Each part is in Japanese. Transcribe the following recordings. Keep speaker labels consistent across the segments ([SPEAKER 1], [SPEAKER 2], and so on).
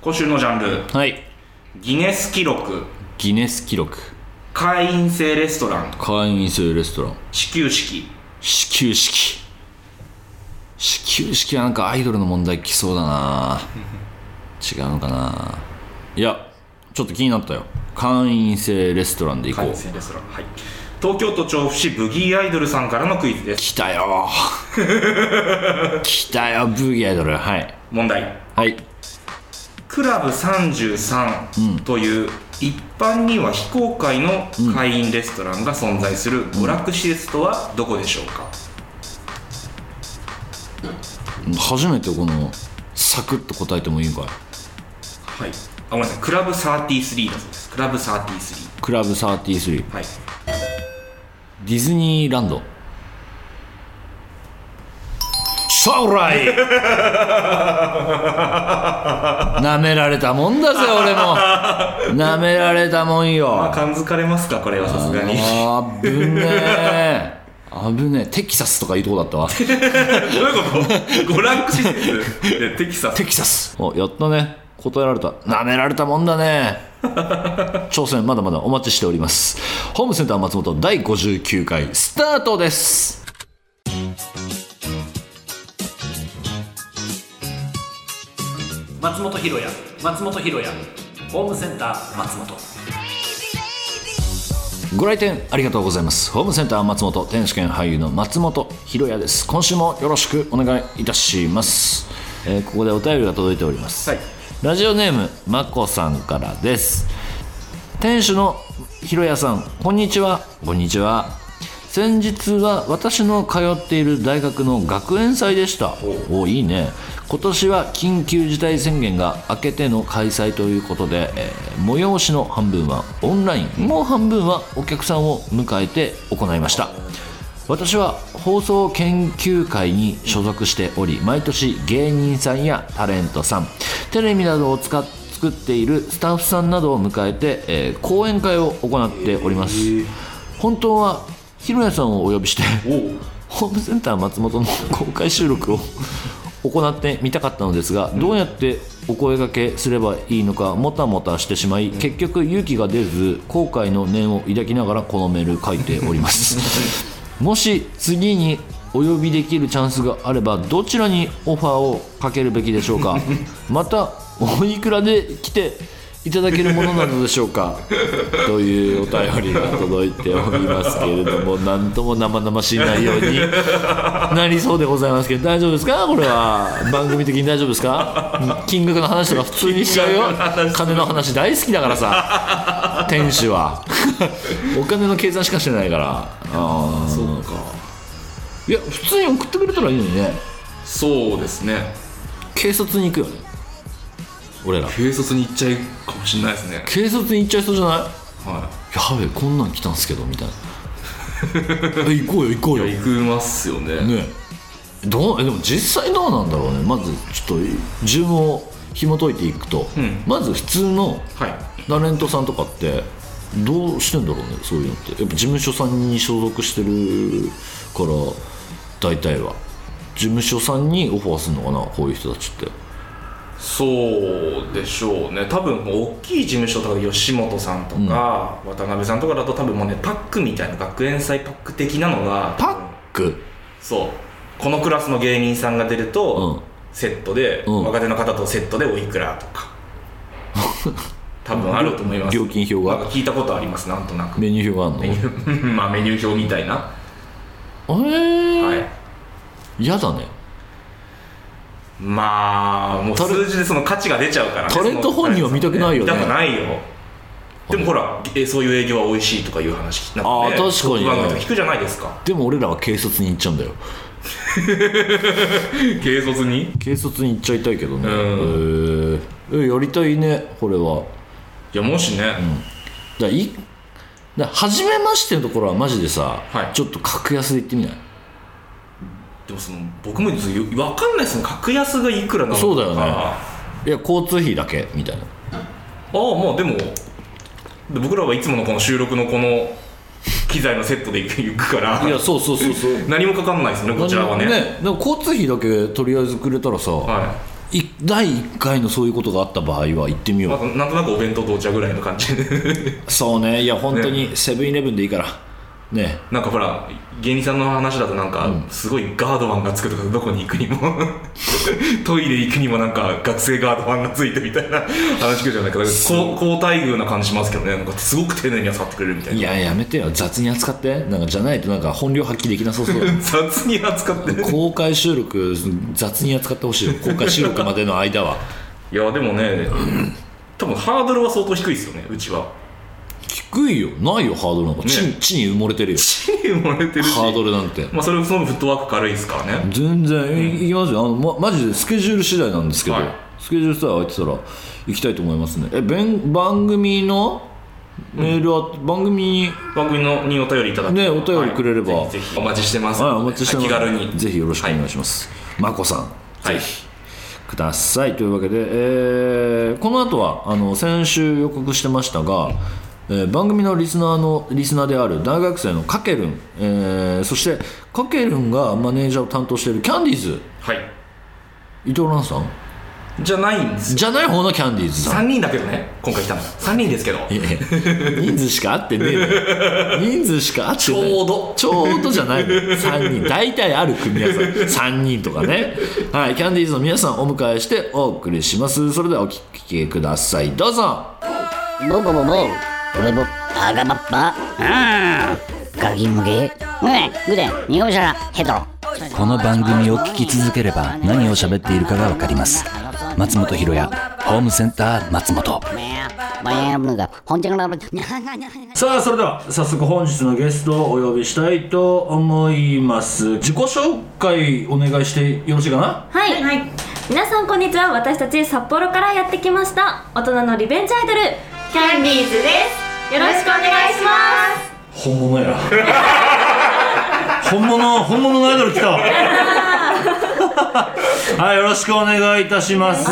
[SPEAKER 1] 今週のジャンル
[SPEAKER 2] はい
[SPEAKER 1] ギネス記録
[SPEAKER 2] ギネス記録
[SPEAKER 1] 会員制レストラン
[SPEAKER 2] 会員制レストラン
[SPEAKER 1] 始球式
[SPEAKER 2] 始球式始球式はなんかアイドルの問題来そうだな違うのかないやちょっと気になったよ会員制レストランで行
[SPEAKER 1] 会
[SPEAKER 2] こう
[SPEAKER 1] 員制レストランはい東京都調布市ブギーアイドルさんからのクイズです
[SPEAKER 2] 来たよ 来たよブギアイドルはい
[SPEAKER 1] 問題
[SPEAKER 2] はい
[SPEAKER 1] クラブ33という一般には非公開の会員レストランが存在する娯楽施設とはどこでしょうか、
[SPEAKER 2] 初めてこのサクッと答えてもいいんかい
[SPEAKER 1] はいあごめんなさいクラブ33だそうですクラブ33
[SPEAKER 2] クラブ33
[SPEAKER 1] はい
[SPEAKER 2] ディズニーランド将来なめられたもんだぜ俺もなめられたもん
[SPEAKER 1] あ
[SPEAKER 2] よ
[SPEAKER 1] 感づかれますかこれはさすがに
[SPEAKER 2] あぶねえあぶねえテキサスとかいうとこだったわ
[SPEAKER 1] どういうこと 娯楽施設でテキサス
[SPEAKER 2] テキサスおやったね答えられたなめられたもんだね挑戦まだまだお待ちしておりますホームセンター松本第59回スタートです
[SPEAKER 3] 松本ひろや松本ひろやホームセンター松本
[SPEAKER 2] ご来店ありがとうございますホームセンター松本天使兼俳優の松本ひろやです今週もよろしくお願いいたします、えーここでお便りが届いております、
[SPEAKER 1] はい
[SPEAKER 2] ラジオネームまこさんからです店主のひろやさんこんにちはこんにちは先日は私の通っている大学の学園祭でしたおいいね今年は緊急事態宣言が明けての開催ということで、えー催しの半分はオンラインもう半分はお客さんを迎えて行いました私は放送研究会に所属しており毎年芸人さんやタレントさんテレビなどを使っ作っているスタッフさんなどを迎えて、えー講演会を行っております、本当はひろやさんをお呼びして
[SPEAKER 1] おう
[SPEAKER 2] ホームセンター松本の公開収録を行ってみたかったのですが、どうやってお声掛けすればいいのかもたもたしてしまい、結局勇気が出ず後悔の念を抱きながらこのメール書いておりますもし次にお呼びできるチャンスがあればどちらにオファーをかけるべきでしょうかまたおいくらで来ていただけるものなのでしょうかというお便りが届いておりますけれども何とも生々しい内容になりそうでございますけど大丈夫ですかこれは番組的に大丈夫ですか金額の話とか普通にしちゃうよ金の話大好きだからさ店主はお金の計算しかしてないからあー
[SPEAKER 1] そうか
[SPEAKER 2] いや普通に送ってくれたらいいのにね
[SPEAKER 1] そうですね
[SPEAKER 2] 警察に行くよね俺ら
[SPEAKER 1] 警察に行っちゃうかもしれないですね
[SPEAKER 2] 警察に行っちゃいそうじゃない
[SPEAKER 1] は
[SPEAKER 2] やべえこんなん来 たんすけどみたいなえ行こうよ行こうよ
[SPEAKER 1] い行きますよね
[SPEAKER 2] ねえどうえでも実際どうなんだろうねまずちょっと順を紐解いていくと、
[SPEAKER 1] ん
[SPEAKER 2] まず普通の
[SPEAKER 1] はい
[SPEAKER 2] タレントさんとかってどうしてんだろうねそういうのってやっぱ事務所さんに所属してるから大体は事務所さんにオファーするのかなこういう人たちって
[SPEAKER 1] そうでしょうね多分大きい事務所とか吉本さんとか、渡辺さんとかだと多分もうねパックみたいな学園祭パック的なのが
[SPEAKER 2] パック
[SPEAKER 1] そうこのクラスの芸人さんが出ると、
[SPEAKER 2] うん
[SPEAKER 1] セットで、
[SPEAKER 2] うん
[SPEAKER 1] 若手の方とセットでおいくらと か多分あると思います
[SPEAKER 2] 料金表
[SPEAKER 1] なん
[SPEAKER 2] が
[SPEAKER 1] か聞いたことありますなんとなく
[SPEAKER 2] メニュー表がある
[SPEAKER 1] まあメニュー表みたいな、
[SPEAKER 2] のえ
[SPEAKER 1] は
[SPEAKER 2] ー
[SPEAKER 1] い
[SPEAKER 2] 嫌、だね
[SPEAKER 1] まあもう
[SPEAKER 2] タレ
[SPEAKER 1] 数字でその価値が出ちゃうから、ね、
[SPEAKER 2] タレント本人は見たくないよね
[SPEAKER 1] 見たくないよでもほらえそういう営業は美味しいとかいう話なんか、ね、
[SPEAKER 2] あー確かに
[SPEAKER 1] ト
[SPEAKER 2] ね
[SPEAKER 1] ップ番組と聞くじゃないですか
[SPEAKER 2] でも俺らは軽率に行っちゃうんだよ
[SPEAKER 1] 軽率に
[SPEAKER 2] 軽率に行っちゃいたいけどねへ
[SPEAKER 1] う
[SPEAKER 2] ーえやりたいねこれはい
[SPEAKER 1] やもしね、
[SPEAKER 2] だからいだから初めましてのところはマジでさ、
[SPEAKER 1] はい
[SPEAKER 2] ちょっと格安で行ってみない
[SPEAKER 1] でもその僕もず分かんないですね格安がいくらなのか
[SPEAKER 2] そうだよね
[SPEAKER 1] あ
[SPEAKER 2] いや交通費だけみたいな
[SPEAKER 1] あまあでもで僕らはいつものこの収録のこの機材のセットで 行く行くから
[SPEAKER 2] いやそうそうそ うそう
[SPEAKER 1] 何もかかんないですねこちらはね
[SPEAKER 2] でも交通費だけとりあえずくれたらさ、
[SPEAKER 1] は
[SPEAKER 2] 一1第1回のそういうことがあった場合は行ってみよ
[SPEAKER 1] ま
[SPEAKER 2] う
[SPEAKER 1] あ、なんとなくお弁当とお茶ぐらいの感じで
[SPEAKER 2] そうねいや本当にセブンイレブンでいいからね
[SPEAKER 1] なんかほら芸人さんの話だとなんかすごいガードマンがつくとかどこに行くにも トイレ行くにもなんか学生ガードマンがついてみたいな話聞くじゃないかだからこう好待遇な感じしますけどねなんかすごく丁寧に扱ってくれるみたい
[SPEAKER 2] い
[SPEAKER 1] な
[SPEAKER 2] ややめてよ雑に扱ってなんかじゃないとなんか本領発揮できなさそうだよ
[SPEAKER 1] 雑に扱ってね
[SPEAKER 2] 公開収録雑に扱ってほしいよ公開収録までの 間はい
[SPEAKER 1] やでもね多分ハードルは相当低いですよねう ちは
[SPEAKER 2] 低いよないよハードルなんか地,、
[SPEAKER 1] ね
[SPEAKER 2] 地に埋もれてるよ
[SPEAKER 1] 地に埋もれてるし
[SPEAKER 2] ハードルなんて
[SPEAKER 1] まあそれそのフットワーク軽いですからね
[SPEAKER 2] 全然いいきますよあの、ま、マジでスケジュール次第なんですけど、
[SPEAKER 1] はい
[SPEAKER 2] スケジュールさえ空いてたら行きたいと思いますねえ弁番組のメールは、番組に
[SPEAKER 1] 番組のにお便りいただ
[SPEAKER 2] ねお便りくれれば
[SPEAKER 1] はいぜひぜひお待ちしてます
[SPEAKER 2] はい、お待ちしてます。
[SPEAKER 1] 気軽に
[SPEAKER 2] ぜひよろしくお願いします。まこさん、
[SPEAKER 1] はい
[SPEAKER 2] ぜひください。というわけで、えーこの後は、あの、先週予告してましたが、えー番組のリスナーの、リスナーである大学生のかけるん、えーそして、かけるんがマネージャーを担当しているキャンディーズ、
[SPEAKER 1] はい
[SPEAKER 2] 伊藤蘭さん
[SPEAKER 1] じゃないんです
[SPEAKER 2] じゃない方のキャンディーズさ
[SPEAKER 1] 3
[SPEAKER 2] ん。
[SPEAKER 1] 人だけどね今回来たの3人ですけど
[SPEAKER 2] いやいや人数しか合ってねえのよ人数しか合ってない
[SPEAKER 1] ちょうど
[SPEAKER 2] ちょうどじゃないのよ3人大体ある組み合わせ3人とかねはいキャンディーズの皆さんお迎えしてお送りしますそれではお聴きくださいどうぞ
[SPEAKER 4] ボボボボ俺もバカバッパうんガキ向けうえぐで日本じゃらヘド
[SPEAKER 5] この番組を聞き続ければ何を喋っているかがわかります松本ひろやホームセンター松本
[SPEAKER 4] 前のが本当にな
[SPEAKER 2] さあそれでは早速本日のゲストをお呼びしたいと思います自己紹介お願いしてよろしいかな
[SPEAKER 6] はい、皆さんこんにちは私たち札幌からやってきました大人のリベンジアイドルキャンディーズですよろしくお願いします
[SPEAKER 2] 本物や本物本物のアイドル来 たはいよろしくお願いいたします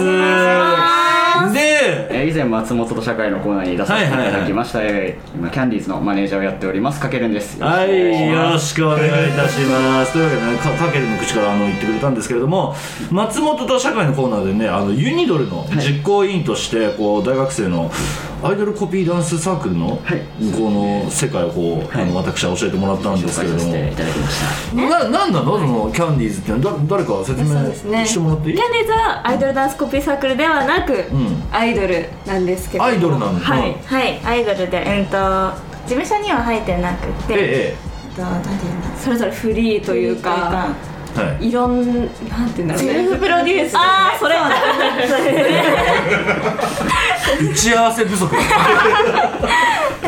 [SPEAKER 2] で
[SPEAKER 3] えー以前松本と社会のコーナーに出させていただきました、えー今キャンディーズのマネージャーをやっておりますかけるんです
[SPEAKER 2] はいよろ
[SPEAKER 3] し
[SPEAKER 2] しくお願いいたしますというわけでねかかけるの口からあの言ってくれたんですけれども松本と社会のコーナーでねあのユニドルの実行委員としてこう大学生のアイドルコピーダンスサークルの、
[SPEAKER 3] はい
[SPEAKER 2] この世界をこう、あの私は教えてもらったんですけれ
[SPEAKER 3] さ
[SPEAKER 2] ど
[SPEAKER 3] せ
[SPEAKER 2] も
[SPEAKER 3] ていただきました
[SPEAKER 2] ななんなのそのキャンディーズってだ誰か説明してもらっていい、
[SPEAKER 6] キャンディーズはアイドルダンスコピーサークルではなく、
[SPEAKER 2] ん
[SPEAKER 6] アイドルなんですけど
[SPEAKER 2] アイドルなの
[SPEAKER 6] はい、
[SPEAKER 2] うん
[SPEAKER 6] はい、アイドルでえっと事務所には入ってなくて、
[SPEAKER 2] え
[SPEAKER 6] えっとなんていうんだそれぞれフリーというか
[SPEAKER 2] えはい
[SPEAKER 6] いろんなんていうんだろうねセルフプロ デュース、ああそれはねそれ
[SPEAKER 2] 打ち合わせ不足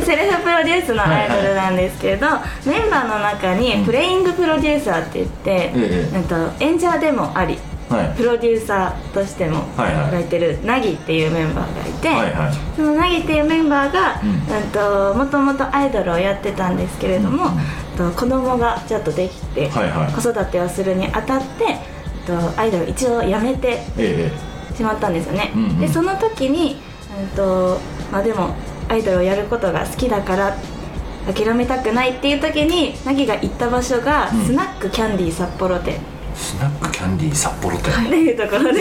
[SPEAKER 6] セルフプロデュースのアイドルなんですけど、メンバーの中にプレイングプロデューサーって言っ
[SPEAKER 2] え
[SPEAKER 6] て、
[SPEAKER 2] え
[SPEAKER 6] うんと演者でもあり
[SPEAKER 2] はい
[SPEAKER 6] プロデューサーとしても
[SPEAKER 2] はいはい
[SPEAKER 6] 働いてるナギっていうメンバーがいて、
[SPEAKER 2] はいはい
[SPEAKER 6] そのナギっていうメンバーが、
[SPEAKER 2] ん
[SPEAKER 6] うんともともとアイドルをやってたんですけれども、うんと子供がちょっとできて、
[SPEAKER 2] はいはい
[SPEAKER 6] 子育てをするにあたってうんとアイドルを一応やめて
[SPEAKER 2] え
[SPEAKER 6] しまったんですよね、
[SPEAKER 2] うんうん
[SPEAKER 6] でその時に、うんとまあ、でもアイドルをやることが好きだから諦めたくないっていう時にナギが行った場所が、スナックキャンディー札幌店
[SPEAKER 2] えスナックキャンディー札幌店、
[SPEAKER 6] っていうところで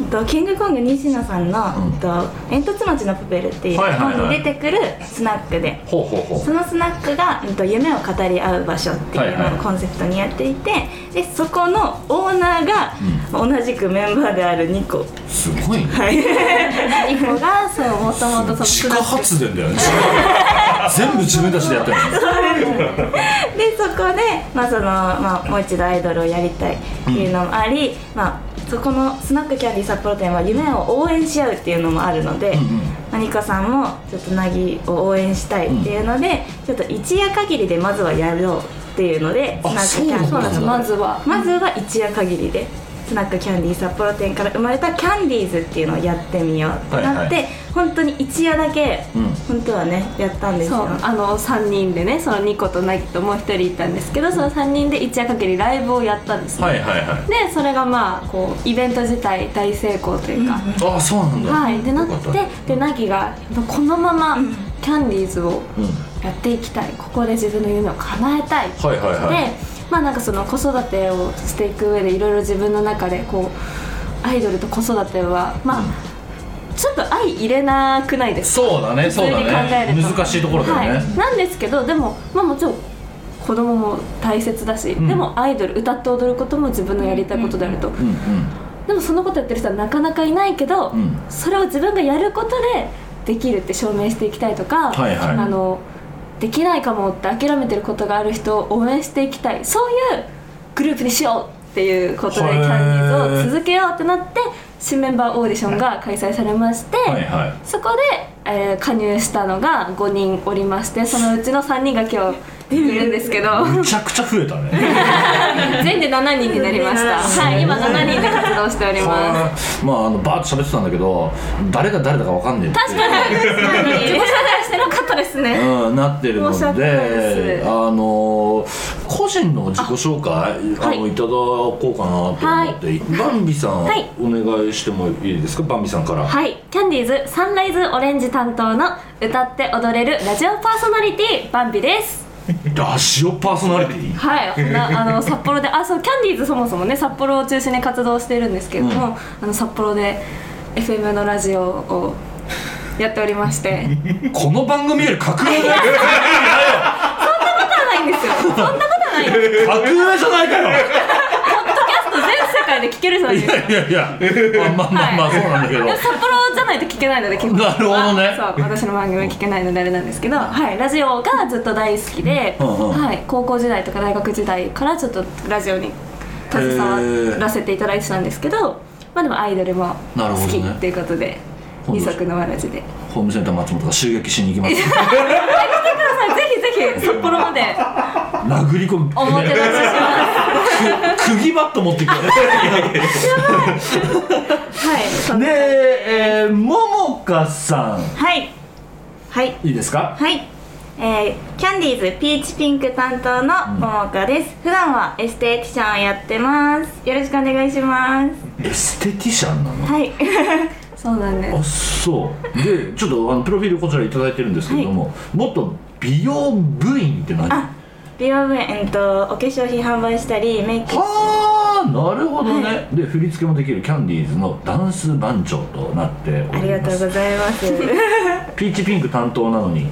[SPEAKER 6] うんとキングコング西野さんの
[SPEAKER 2] うん
[SPEAKER 6] うんと「煙突町のプペル」っていう
[SPEAKER 2] はいはいはい
[SPEAKER 6] 本に出てくるスナックで
[SPEAKER 2] ほうほうほ
[SPEAKER 6] そのスナックが、うんと夢を語り合う場所っていう
[SPEAKER 2] はい
[SPEAKER 6] の
[SPEAKER 2] は
[SPEAKER 6] を
[SPEAKER 2] い
[SPEAKER 6] コンセプトにやっていてでそこのオーナーが同じくメンバーであるニコ
[SPEAKER 2] うすごいね
[SPEAKER 6] はい。ニコがそうもともと
[SPEAKER 2] 自家
[SPEAKER 6] その
[SPEAKER 2] 発電だ よね全部自分たちでやってるの
[SPEAKER 6] でそこでまあそのまあもう一度アイドルをやりたいっていうのもあり、まあそこのスナックキャンディー札幌店は夢を応援し合うっていうのもあるので、まあニコさんもちょっとなぎを応援したいっていうので、ちょっと一夜限りでまずはやろうっていうので
[SPEAKER 2] あ
[SPEAKER 6] スナックキャンディー
[SPEAKER 2] そうなんだそうなん
[SPEAKER 6] ずはまずは一夜限りで。スナックキャンディー札幌店から生まれたキャンディーズっていうのをやってみようってなって、
[SPEAKER 2] は
[SPEAKER 6] 本当に一夜だけ、
[SPEAKER 2] ん
[SPEAKER 6] 本当はねやったんです
[SPEAKER 7] そう
[SPEAKER 6] よ
[SPEAKER 7] あの3人でねそのニコとナギともう1人いたんですけどその3人で一夜かけりライブをやったんですね、
[SPEAKER 2] はいはいはい
[SPEAKER 7] でそれがまあこうイベント自体大成功というか、
[SPEAKER 2] ああそうなんだ
[SPEAKER 7] はいでなっ
[SPEAKER 2] よかった
[SPEAKER 7] てでナギがこのままキャンディーズを
[SPEAKER 2] うん
[SPEAKER 7] やっていきたいここで自分の夢を叶えたい
[SPEAKER 2] はいはいはい
[SPEAKER 7] でまあなんかその子育てをしていく上でいろいろ自分の中でこうアイドルと子育てはまあ、ちょっと相入れなくないですか
[SPEAKER 2] そうだねそうだね
[SPEAKER 7] 普通に考えると
[SPEAKER 2] 難しいところだよね、
[SPEAKER 7] はい、なんですけどでもまあもちろん子供も大切だし、
[SPEAKER 2] ん
[SPEAKER 7] でもアイドル歌って踊ることも自分のやりたいことであると、
[SPEAKER 2] うん
[SPEAKER 7] でもそのことやってる人はなかなかいないけど、
[SPEAKER 2] うんうん
[SPEAKER 7] それを自分がやることでできるって証明していきたいとか、
[SPEAKER 2] はいはい
[SPEAKER 7] あのできないかもって諦めてることがある人を応援していきたいそういうグループにしようっていうことでキ
[SPEAKER 2] へ
[SPEAKER 7] ャ
[SPEAKER 2] ー
[SPEAKER 7] ンディーズを続けようってなって新メンバーオーディションが開催されまして、
[SPEAKER 2] はいはい
[SPEAKER 7] そこで、えー加入したのが5人おりましてそのうちの3人が今日いるんですけど
[SPEAKER 2] むちゃくちゃ増えたね
[SPEAKER 7] 全で7人になりましたはい今7人で活動しております
[SPEAKER 2] まああのバーッと喋ってたんだけど誰が誰だかわかんねえって
[SPEAKER 7] 確かに確かに自己紹介してなかったですね
[SPEAKER 2] うん、なってるの
[SPEAKER 7] 申し訳ないで
[SPEAKER 2] ですあのー個人の自己紹介あ、
[SPEAKER 7] はい
[SPEAKER 2] のいただこうかなと思って、バンビさん、
[SPEAKER 7] はい
[SPEAKER 2] お願いしてもいいですかバンビさんから、
[SPEAKER 7] はい、キャンディーズサンライズオレンジ担当の歌って踊れるラジオパーソナリティバンビです。
[SPEAKER 2] ラジオパーソナリティ
[SPEAKER 7] はい、ほな あの札幌で、あ、そうキャンディーズそもそもね札幌を中心に活動しているんですけれども、あの札幌で FM のラジオをやっておりまして、 そんな
[SPEAKER 2] この
[SPEAKER 7] こ
[SPEAKER 2] 番組より格上だよ
[SPEAKER 7] とはないんですよ。そんなことはない。ポッドキ
[SPEAKER 2] 格上じゃないかよ
[SPEAKER 7] ャスト全世界で聞けるじゃないです
[SPEAKER 2] い
[SPEAKER 7] か。
[SPEAKER 2] やいやまあまあまあ、まあ、そうなんだけど、
[SPEAKER 7] でも札幌じゃないと聞けないので基本
[SPEAKER 2] なるほどね
[SPEAKER 7] そう私の番組は聞けないのであれなんですけど、はい、ラジオがずっと大好きで、
[SPEAKER 2] うんうん
[SPEAKER 7] はい、高校時代とか大学時代からちょっとラジオに携わらせていただいてたんですけど、まあ、でもアイドルも
[SPEAKER 2] なるほど
[SPEAKER 7] 好き
[SPEAKER 2] ね
[SPEAKER 7] っていうことで、
[SPEAKER 2] ほど
[SPEAKER 7] 二足のわらじで
[SPEAKER 2] ホームセンター松本が襲撃しに行きます
[SPEAKER 7] はいぜひぜひ札幌まで
[SPEAKER 2] 殴り込み
[SPEAKER 7] おもてなししま
[SPEAKER 2] く釘バット持ってきて
[SPEAKER 7] すはいそん
[SPEAKER 2] で
[SPEAKER 7] な感じ、
[SPEAKER 2] えー、ももかさ
[SPEAKER 6] はいはい
[SPEAKER 2] んいいですか
[SPEAKER 6] はい、えーキャンディーズピーチピンク担当のももかです、普段はエステティシャンをやってますよろしくお願いします
[SPEAKER 2] エステティシャンなの
[SPEAKER 6] はい
[SPEAKER 7] そうなんで
[SPEAKER 2] あ
[SPEAKER 7] す
[SPEAKER 2] そうでちょっとあのプロフィールこちら頂いただいてるんですけれども、もっと美容部員って何
[SPEAKER 6] あ美容部えっとお化粧品販売したりメイク
[SPEAKER 2] はあなるほどね、で振り付けもできるキャンディーズのダンス番長となっております
[SPEAKER 6] ありがとうございます
[SPEAKER 2] ピーチピンク担当なのに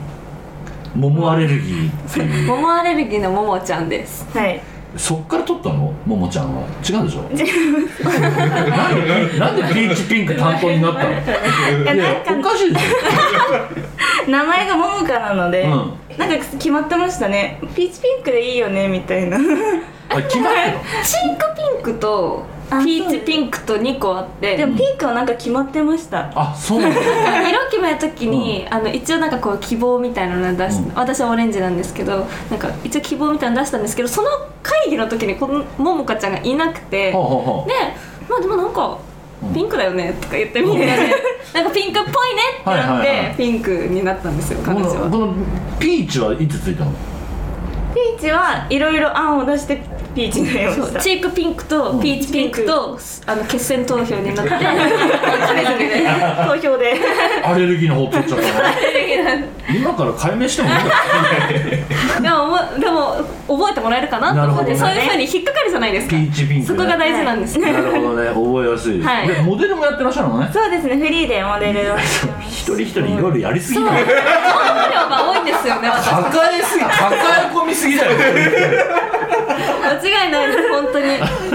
[SPEAKER 2] 桃アレルギーっていう
[SPEAKER 7] 桃アレルギーのももちゃんです
[SPEAKER 6] はい
[SPEAKER 2] そっから取ったの桃ちゃんは違うでしょ違うなんでなんでピーチピンク担当になったの
[SPEAKER 6] いや
[SPEAKER 2] い
[SPEAKER 6] な
[SPEAKER 2] や
[SPEAKER 6] んか
[SPEAKER 2] おかしいでし
[SPEAKER 6] 名前がももかなので、
[SPEAKER 2] うん
[SPEAKER 6] なんか決まってましたねピーチピンクでいいよねみ たいな
[SPEAKER 2] ょあ決まってたの
[SPEAKER 7] チンクピンクと
[SPEAKER 6] あ
[SPEAKER 7] ピー
[SPEAKER 6] そう
[SPEAKER 7] チ
[SPEAKER 6] です
[SPEAKER 7] ピンクと2個あって
[SPEAKER 6] でもピンクはなんか決まってました
[SPEAKER 2] あそう なんだ
[SPEAKER 7] 色決める時に、あの一応なんかこう希望みたいなのを出し、
[SPEAKER 2] うん
[SPEAKER 7] 私はオレンジなんですけどなんか一応希望みたいなの出したんですけどその会議の時にこのももかちゃんがいなくて、
[SPEAKER 2] ほうほうほう
[SPEAKER 7] でまあでもなんか
[SPEAKER 2] うん
[SPEAKER 7] ピンクだよねとか言ってみて、 なんかピンクっぽいねってなっ
[SPEAKER 2] はいはいは
[SPEAKER 7] て
[SPEAKER 2] い
[SPEAKER 7] ピンクになったんですよ
[SPEAKER 2] こ
[SPEAKER 7] 彼女
[SPEAKER 2] の
[SPEAKER 7] は。
[SPEAKER 2] このピーチはいつついたの
[SPEAKER 6] ピーチはいろいろ案を出してピーチになりま
[SPEAKER 7] そう
[SPEAKER 6] した
[SPEAKER 7] チークピンクとピーチピンクと、あの決選投票 になって彼女にね
[SPEAKER 6] 投票で
[SPEAKER 2] アレルギーの方取っちゃったから今から解明してもいいんだ
[SPEAKER 7] でももうでも覚えてもらえるかなと思って、
[SPEAKER 2] なるほ
[SPEAKER 7] そ
[SPEAKER 2] ど
[SPEAKER 7] う
[SPEAKER 2] ね
[SPEAKER 7] いうふうに引っかかるじゃないです
[SPEAKER 2] ピ
[SPEAKER 7] か
[SPEAKER 2] ーチピンク
[SPEAKER 7] そ
[SPEAKER 2] ね
[SPEAKER 7] こが大事なんですね、
[SPEAKER 2] なるほど ね覚えやすいです、
[SPEAKER 7] はい
[SPEAKER 2] でモデルもやってらっしゃるのね
[SPEAKER 6] そうですねフリーでモデルをしてます
[SPEAKER 2] 一人一人いろいろやりすぎ
[SPEAKER 7] そう
[SPEAKER 2] だ
[SPEAKER 7] 本
[SPEAKER 2] よ
[SPEAKER 7] 量が多いんですよね私
[SPEAKER 2] 抱えすぎ抱え込みすぎだよ
[SPEAKER 7] 間違いないです本当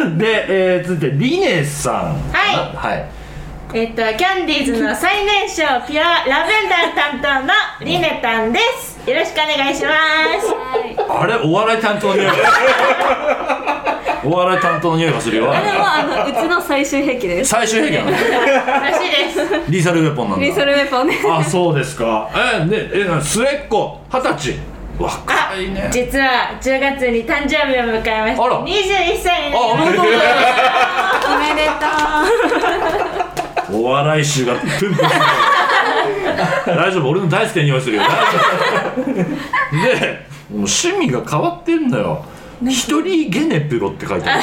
[SPEAKER 7] に
[SPEAKER 2] で、えー、続いてリネさん
[SPEAKER 8] はい
[SPEAKER 2] はい
[SPEAKER 8] えっと、キャンディーズの最年少ピュアラベンダー担当のリネタンです。よろしくお願いします。
[SPEAKER 2] あれお笑い担当の匂いお笑い担当の匂いがするよ
[SPEAKER 7] あれはあのうちの最終兵器です
[SPEAKER 2] 最終兵器 なの
[SPEAKER 8] らしいです。
[SPEAKER 2] リーサルウェポンなんだ
[SPEAKER 7] リーソルウェポンね
[SPEAKER 2] あそうですかえでえな末っ子二十歳若いね
[SPEAKER 8] 実は10月に誕生日を迎えました。
[SPEAKER 2] あ
[SPEAKER 8] 21歳になり
[SPEAKER 2] ら
[SPEAKER 8] ました
[SPEAKER 2] あおめでとうございます
[SPEAKER 7] おめでと
[SPEAKER 2] お笑い集がプンプンしてる大丈夫俺の大好きな匂いするよ大丈夫でもう趣味が変わってんだよ一人ゲネプロって書いてある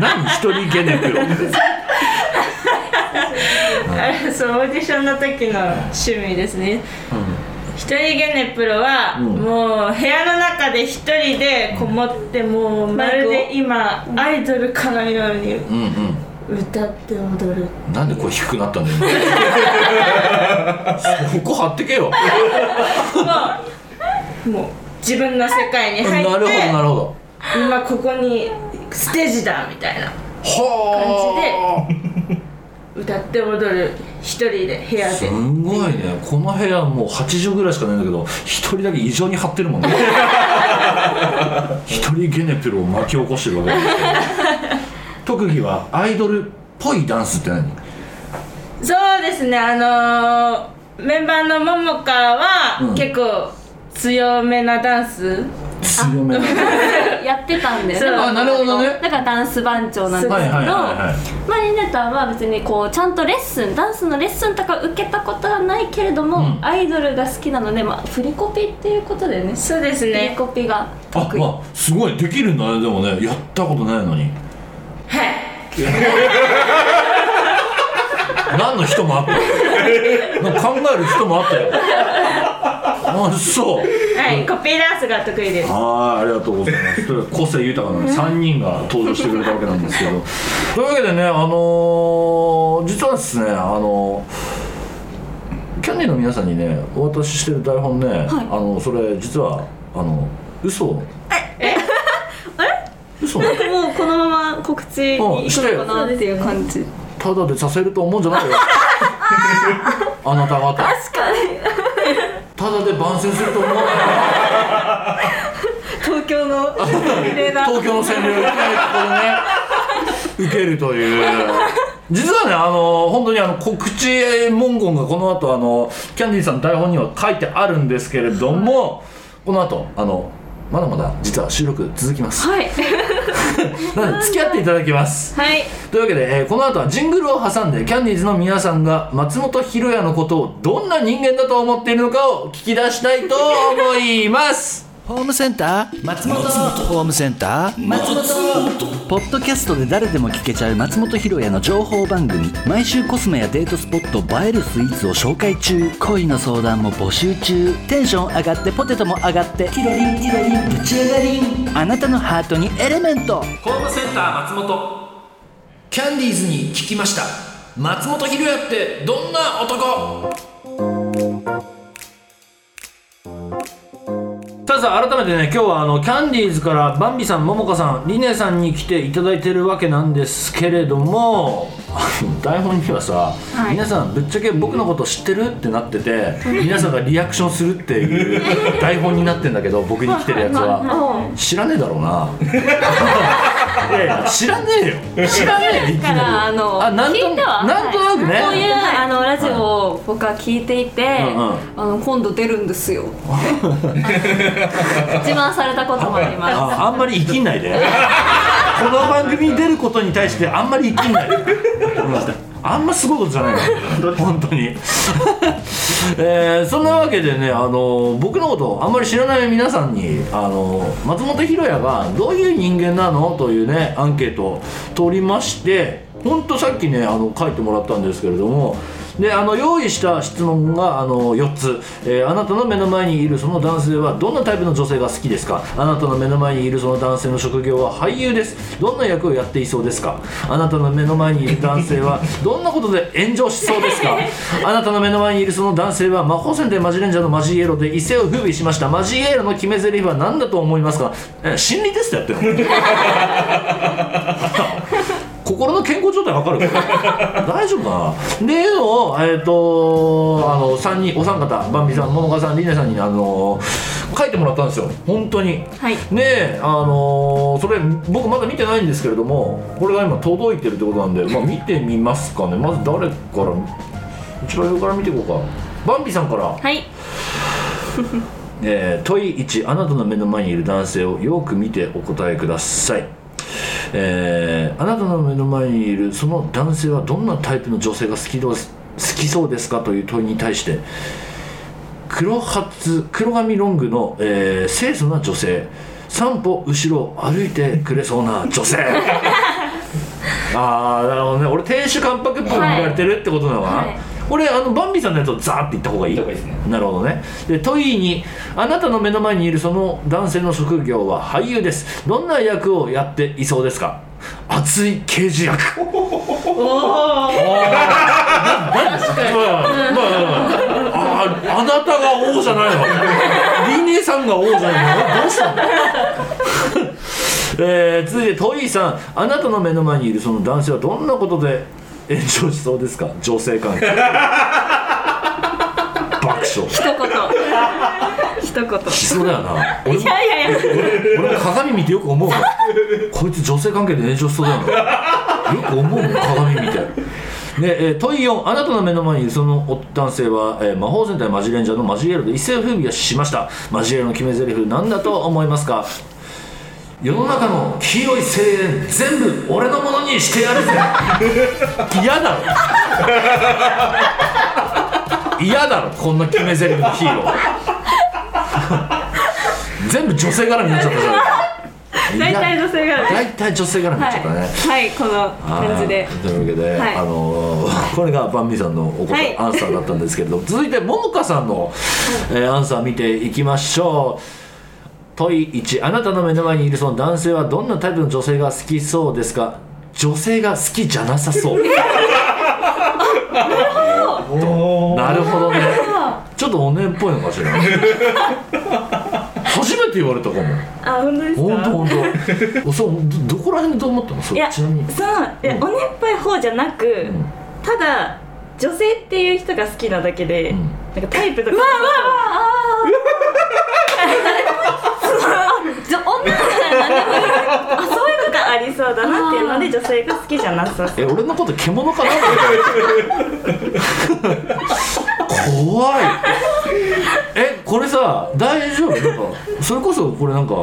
[SPEAKER 2] 何一人ゲネプロって
[SPEAKER 8] そうオーディションの時の趣味ですね、一人ゲネプロは、もう部屋の中で一人でこもってもうまるで今アイドルかのように
[SPEAKER 2] うんうん
[SPEAKER 8] 歌って踊る
[SPEAKER 2] なんで声低くなったんだよ今 そこ張ってけよ
[SPEAKER 8] もう自分の世界に
[SPEAKER 2] な
[SPEAKER 8] 入
[SPEAKER 2] る
[SPEAKER 8] って
[SPEAKER 2] ほどなるほど
[SPEAKER 8] 今ここにステージだみたいな
[SPEAKER 2] は
[SPEAKER 8] 感じで歌って踊る一人で部屋
[SPEAKER 2] す
[SPEAKER 8] で
[SPEAKER 2] んごいねこの部屋もう80ぐらいしかないんだけど一人だけ異常に張ってるもん ね一人ゲネプロを巻き起こしてるわけですけど特技はアイドルっぽいダンスって何
[SPEAKER 8] そうですねあのーメンバーのももか
[SPEAKER 2] うん
[SPEAKER 8] は結構強めなダンス、
[SPEAKER 2] 強めな
[SPEAKER 7] やってたんで
[SPEAKER 8] そうあなるほど
[SPEAKER 7] ねだからダンス番長なんですけど、
[SPEAKER 8] はいはいはい
[SPEAKER 7] マリネタは別にこうちゃんとレッスンダンスのレッスンとか受けたことはないけれども、アイドルが好きなので、まあ、振りコピっていうことでね
[SPEAKER 8] そうですね
[SPEAKER 7] 振りコピが
[SPEAKER 2] あ、まあ、すごいできるんだねでもねやったことないのにはい何の人もあったよなんか考える人もあったよあそう
[SPEAKER 8] はいコピーダンスが得意です
[SPEAKER 2] はい、ありがとうございます。という 個性豊かな3人が登場してくれたわけなん ですけど。というわけでね、あのー実はですね、あのーキャンディーの皆さんにね、お渡ししてる台本ね、あのそれ実はあの嘘を 嘘
[SPEAKER 7] なんかもうこのまま告知に行くのかなっていう感じ
[SPEAKER 2] ただでさせると思うんじゃないよ。あなた方。
[SPEAKER 7] 確かに
[SPEAKER 2] ただで番宣すると思うなよ。
[SPEAKER 7] 東京の
[SPEAKER 2] 東京の洗礼を受けるところね受けるという実はねあの本当にあの告知文言がこの後あのキャンディーさんの台本には書いてあるんですけれども、この後あのまだまだ実は収録続きます、
[SPEAKER 7] はい
[SPEAKER 2] なので付き合っていただきます
[SPEAKER 7] はい
[SPEAKER 2] というわけで、えーこの後はジングルを挟んでキャンディーズの皆さんが松本博也のことをどんな人間だと思っているのかを聞き出したいと思います
[SPEAKER 9] ホームセンター松本ホームセンター
[SPEAKER 2] 松
[SPEAKER 9] 本ポッドキャストで誰でも聞けちゃう松本ひろやの情報番組毎週コスメやデートスポット映えるスイーツを紹介中恋の相談も募集中テンション上がってポテトも上がってティロリンティロリンぶち上がりんあなたのハートにエレメント
[SPEAKER 2] ホームセンター松本キャンディーズに聞きました松本ひろやってどんな男さあさあ改めてね今日はあのキャンディーズからバンビさんももかさんりねさんに来ていただいてるわけなんですけれども あの台本にはさ、
[SPEAKER 10] はい
[SPEAKER 2] 皆さんぶっちゃけ僕のこと知ってるってなってて皆さんがリアクションするっ ていう台本になってんだけど僕に来てるやつは知らねえだろう な知らねえよ知らねえよいき
[SPEAKER 7] だから
[SPEAKER 2] な
[SPEAKER 7] あ
[SPEAKER 2] り
[SPEAKER 7] の
[SPEAKER 2] なんと
[SPEAKER 7] 聞いては
[SPEAKER 2] なんとなくね
[SPEAKER 7] こういうあのラジオを僕は聞いていて、
[SPEAKER 2] うんうん
[SPEAKER 7] あの今度出るんですよって自慢されたこともあります
[SPEAKER 2] ああんまり生きんないでこの番組に出ることに対してあんまり生きんないであんますごいことじゃないの本当に えーそんなわけでねあの僕のことをあんまり知らない皆さんにあの松本ひろやがどういう人間なのというねアンケートを取りましてほんとさっきねあの書いてもらったんですけれどもであの用意した質問があの4つ、えーあなたの目の前にいるその男性はどんなタイプの女性が好きですかあなたの目の前にいるその男性の職業は俳優ですどんな役をやっていそうですかあなたの目の前にいる男性はどんなことで炎上しそうですかあなたの目の前にいるその男性は魔法戦でマジレンジャーのマジイエロで一世を風靡しましたマジイエロの決め台詞は何だと思いますか、えー心理テストやってるの心の健康状態わかる 大丈夫かなでのえっ、とあの3人お三方バンビさん桃川さんリネさんにあの書いてもらったんですよ本当に
[SPEAKER 7] はい
[SPEAKER 2] ねえあのーそれ僕まだ見てないんですけれどもこれが今届いてるってことなんで、まあ、見てみますかねまず誰から一番上から見ていこうかバンビさんから、
[SPEAKER 7] はい
[SPEAKER 2] えー問い1あなたの目の前にいる男性をよく見てお答えください、えーあなたの目の前にいるその男性はどんなタイプの女性が好きどう好きそうですかという問いに対して黒髪黒髪ロングの、えー清楚な女性3歩後ろ歩いてくれそうな女性ああなるほどね俺亭主関白っぽく見られてるってことなのかな、俺あのバンビさんのやつをザーって言った方がいいなるほどねで問いにあなたの目の前にいるその男性の職業は俳優ですどんな役をやっていそうですかあ熱い刑事役
[SPEAKER 8] おー
[SPEAKER 2] まあまあまあああなたが王じゃないのリネさんが王じゃないのどうしたのえー、続いてトイーさんあなたの目の前にいるその男性はどんなことで炎上しそうですか女性関係 爆笑
[SPEAKER 8] 一言一言
[SPEAKER 2] しそうだよな 俺も
[SPEAKER 8] いやいやいや
[SPEAKER 2] 俺も鏡見てよく思うもんこいつ女性関係で炎上しそうだよなよく思うもん鏡見てで、えー、問い4あなたの目の前にいるそのお男性は、えー魔法戦隊マジレンジャーのマジエロで一世を風靡しましたマジエロの決め台詞何だと思いますか世の中の黄色い声援全部俺のものにしてやるぜ嫌だろ嫌だろこんな決め台詞のヒーロー全部女性絡みになっちゃったじゃん
[SPEAKER 8] 大体女性が
[SPEAKER 2] 大体女性絡みになっちゃったね、
[SPEAKER 8] はいこの感じで
[SPEAKER 2] はいというわけで、
[SPEAKER 8] はい
[SPEAKER 2] あのー これがバンミさんのお答え、
[SPEAKER 8] はい
[SPEAKER 2] アンサーだったんですけれども続いてももかさんの、えーアンサー見ていきましょう問い1あなたの目の前にいるその男性はどんなタイプの女性が好きそうですか女性が好きじゃなさそう なるほどねちょっとおねんっぽいのか しら初めて言われたかも
[SPEAKER 6] あ本当ですか
[SPEAKER 2] 本当本当そうどどこら辺でどう思ったのそ
[SPEAKER 6] い
[SPEAKER 2] れ
[SPEAKER 6] や
[SPEAKER 2] ちなみに
[SPEAKER 6] そういやおねっぱい方じゃなく、ただ女性っていう人が好きなだけで、なんかタイプとか
[SPEAKER 7] じゃ女の子なら何でもいい
[SPEAKER 6] あそういうのがありそうだなっていうので女性が好きじゃなさそう
[SPEAKER 2] え俺のこと獣かな怖いえこれさ大丈夫なんかそれこそこれなんか